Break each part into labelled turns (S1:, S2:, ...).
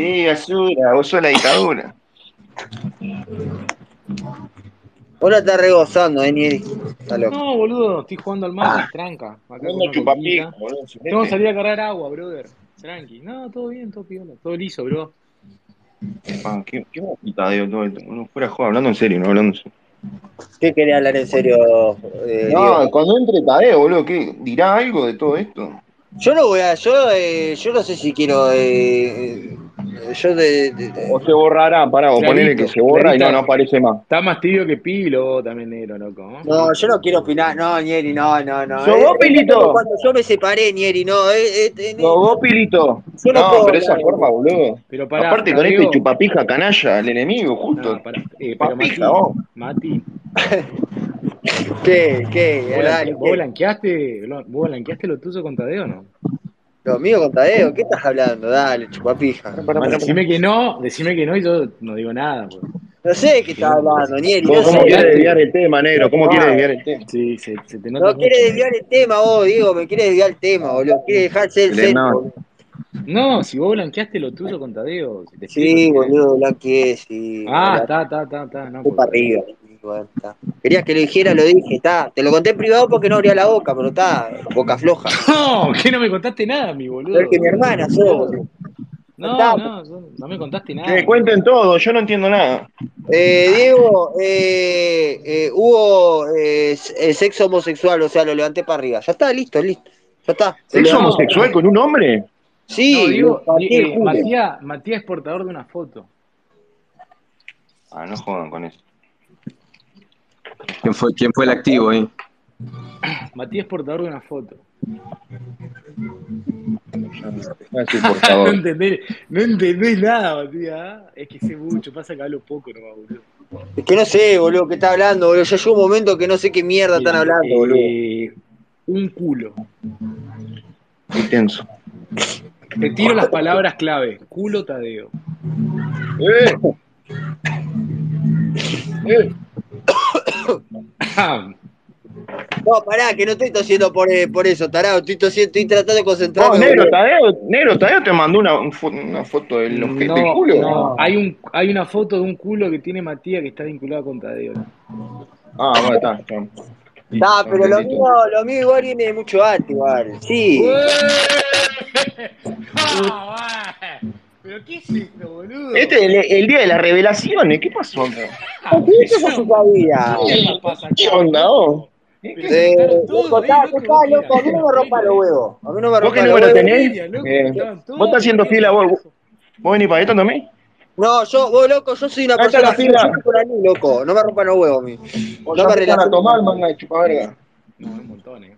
S1: Sí, basura, vos sos la dictadura.
S2: Vos la estás regozando, eh, Nieri. Está loco.
S3: No, boludo, estoy jugando al mate, tranca. Acá con
S1: Vamos
S3: una
S1: a chupar
S3: coquita.
S1: pico, boludo, sorete.
S3: Tengo que salir a cargar agua, brother. Tranqui. No, todo bien, todo piola. Todo liso, bro.
S1: Ah, Qué qué bajita, Dios, todo esto. No, fuera de juego, hablando en serio, no hablando en serio.
S2: ¿Qué querés hablar en serio, eh, Diego?
S1: No, cuando entre Tadeo, boludo, ¿qué? ¿dirá algo de todo esto?
S2: Yo no voy a, yo, eh, yo no sé si quiero, eh, eh, yo de, de- de-
S1: O se borrará, pará, o
S3: Clarito,
S1: ponele que se borra y
S3: clarito.
S1: no, no aparece más.
S3: Está más tibio que pilo vos también, negro, loco. ¿no?
S2: no, yo no quiero opinar, no, Nieri, no, no, no. eh,
S1: ¿Sos vos,
S2: es
S1: Pilito?
S2: como Cuando yo me separé, Nieri, no, eh, eh, eh,
S1: No, vos, Pilito.
S2: Yo no
S1: no,
S2: puedo
S1: pero esa
S2: hablar,
S1: forma, boludo.
S3: Pero pará,
S1: Aparte con
S3: Tadeo-
S1: este chupapija canalla, el enemigo, justo.
S3: No, pará. Eh, pero Mati,
S1: Papija, vos.
S3: Mati,
S2: ¿Qué? ¿Qué?
S3: ¿vos
S2: Dale, ¿qué?
S3: blanque- ¿vos blanqueaste, lo- vos blanqueaste lo tuyo con Tadeo o no?
S2: ¿Lo mío con Tadeo? ¿Qué estás hablando? Dale, chupapija.
S3: Decime que no, decime que no y yo no digo nada. pues.
S2: No sé de qué estás hablando, Nieri, no
S1: ¿Cómo, cómo
S2: sé.
S1: quiere desviar el tema, negro? ¿Cómo quiere
S2: Ah.
S1: desviar el tema?
S3: Sí, se, se te nota
S2: No
S3: mucho.
S2: quiere desviar el tema vos, Diego, me quiere desviar el tema, boludo. Quiere dejarse el
S1: Le- no.
S2: centro.
S3: No, si vos blanqueaste lo tuyo con Tadeo. si te
S2: Sí,
S3: explico.
S2: boludo, blanqueé, sí.
S3: Ah,
S2: Blanqueé
S3: está, está, está, está.
S2: para
S3: No, porque-
S2: arriba. Bueno, está. Querías que lo dijera, lo dije, está. Te lo conté en privado porque no abría la boca, pero está, boca floja.
S3: No, que no me contaste nada, mi boludo.
S2: Pero es que mi hermana sos, boludo.
S3: No, no, yo- no me contaste nada.
S1: Que cuenten todo, yo no entiendo nada.
S2: Eh, Diego, eh, eh, hubo eh, s- eh, sexo homosexual, o sea, lo levanté para arriba. Ya está, listo, listo. Ya está.
S1: ¿Es
S3: No.
S1: homosexual con un hombre?
S2: Sí,
S3: No, digo,
S2: lo levanté,
S3: eh,
S2: Julio.
S3: Matías, Matías es portador de una foto.
S1: Ah, no jodan con eso.
S4: ¿Quién fue, quién fue el activo ahí?
S3: Matías es portador de una foto.
S1: Ah, sí, por
S3: No
S1: favor.
S3: entendés, no entendés nada, Matías. ¿eh? Es que sé mucho, pasa que hablo poco nomás, boludo.
S2: Es que no sé, boludo, qué está hablando, boludo. Ya llegó un momento que no sé qué mierda están hablando, boludo.
S3: Eh, un culo.
S1: Qué tenso.
S3: Te tiro las palabras clave. Culo Tadeo.
S1: ¡Eh! ¡Eh!
S3: Ah,
S2: No, pará, que no estoy tosiendo por, eh, por eso, tarado. Estoy tosiendo, estoy tratando de
S1: No,
S2: concentrarme.
S1: negro,
S2: boludo.
S1: Tadeo, negro, Tadeo te mandó una, un fo- una foto del objeto del
S3: No,
S1: culo.
S3: no, Hay, un, hay una foto de un culo que tiene Matías que está vinculado con Tadeo.
S1: Ah, bueno, está. está.
S2: Está, pero lo
S1: Entendí
S2: mío,
S1: todo.
S2: lo mío igual viene de mucho antes, igual. Sí.
S3: Ah, va. ¿Pero qué es esto, boludo?
S1: Este es el, el día de las revelaciones. ¿Qué pasó acá?
S2: ¿Por qué eso es su cabida?
S3: ¿Qué le pasa acá?
S1: ¿Qué onda, vos?
S3: Pero
S2: Eh,
S3: estaban todos,
S2: loco,
S3: eh,
S2: está,
S3: loco,
S2: está,
S3: vos
S2: loco, a mí no me
S3: tirás.
S2: rompa los huevos. A mí no me
S1: ¿Vos qué
S2: rompa
S1: número
S2: los huevos.
S1: tenés?
S3: Loco,
S1: Eh,
S3: estaban todos.
S1: ¿Vos estás siendo fiel a vos? ¿Vos venís para esto también?
S2: No, yo, vos, loco, yo soy una
S1: Ahí está
S2: persona
S1: la fila.
S2: yo soy por ahí, loco. No me rompan los huevos a mí. No me
S1: van a
S2: relaciono.
S1: tomar, manga de chupaverga.
S3: No, un montón, eh.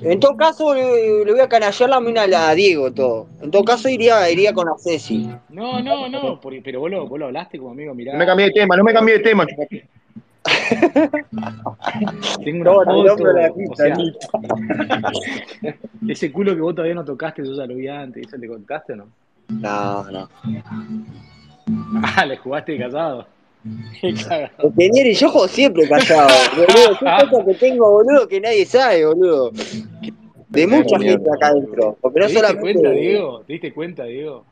S2: En todo caso, eh, le, le voy a canallar la mina a la Diego, todo. En todo caso, iría, iría con la Ceci.
S3: No, no, no, porque- pero vos lo, vos lo hablaste como amigo, mirá.
S1: No me cambié de tema, no me cambié de tema, chupapi.
S3: Tengo
S2: No,
S3: una
S2: no, el
S3: foto.
S2: hombre de la
S3: o
S2: pista,
S3: sea,
S2: Nico.
S3: ese culo que vos todavía no tocaste, yo ya lo vi antes. ¿Eso le contaste o no?
S2: No, no.
S3: Ah, le jugaste de casado. Qué cagado.
S2: Entender, y yo juego siempre callado, boludo. Qué cosa que tengo, boludo, que nadie sabe, boludo. De mucha gente acá adentro. Porque no
S3: ¿Te diste cuenta,
S2: solamente.
S3: Diego? ¿Te diste cuenta, Diego?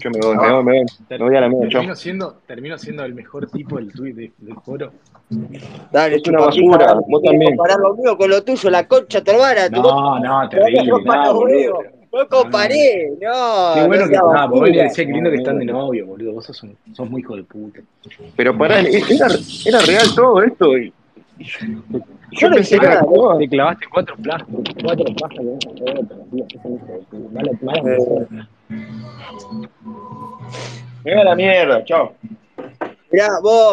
S1: Yo me voy, me voy, me voy. Me voy a la mía, chao.
S3: termino, siendo, termino siendo el mejor tipo del tuit de- del foro.
S2: Dale,
S1: Es una
S2: chupapija,
S1: basura,
S2: dale,
S1: vos
S2: quiero
S1: también.
S2: Comparar lo mío con lo tuyo, la concha tu hermana. tu concha-
S3: No, no,
S2: no me
S3: terrible.
S2: rompas
S3: no,
S2: los
S3: boludo.
S2: huevos. No comparé, no.
S3: Qué bueno
S2: no
S3: que
S2: sea
S3: ah, vos venís
S2: basura.
S3: a decir, qué lindo que están de novio, boludo. Vos sos, un- sos muy hijo de puta.
S1: Pero pará, era, era real todo esto. Y, y yo, yo pensé que era
S2: Claro.
S1: joda.
S3: Te clavaste cuatro plásticos. Cuatro plásticos. Mala, mala.
S1: Eh, Me voy a la mierda, chao.
S2: Mirá, vos.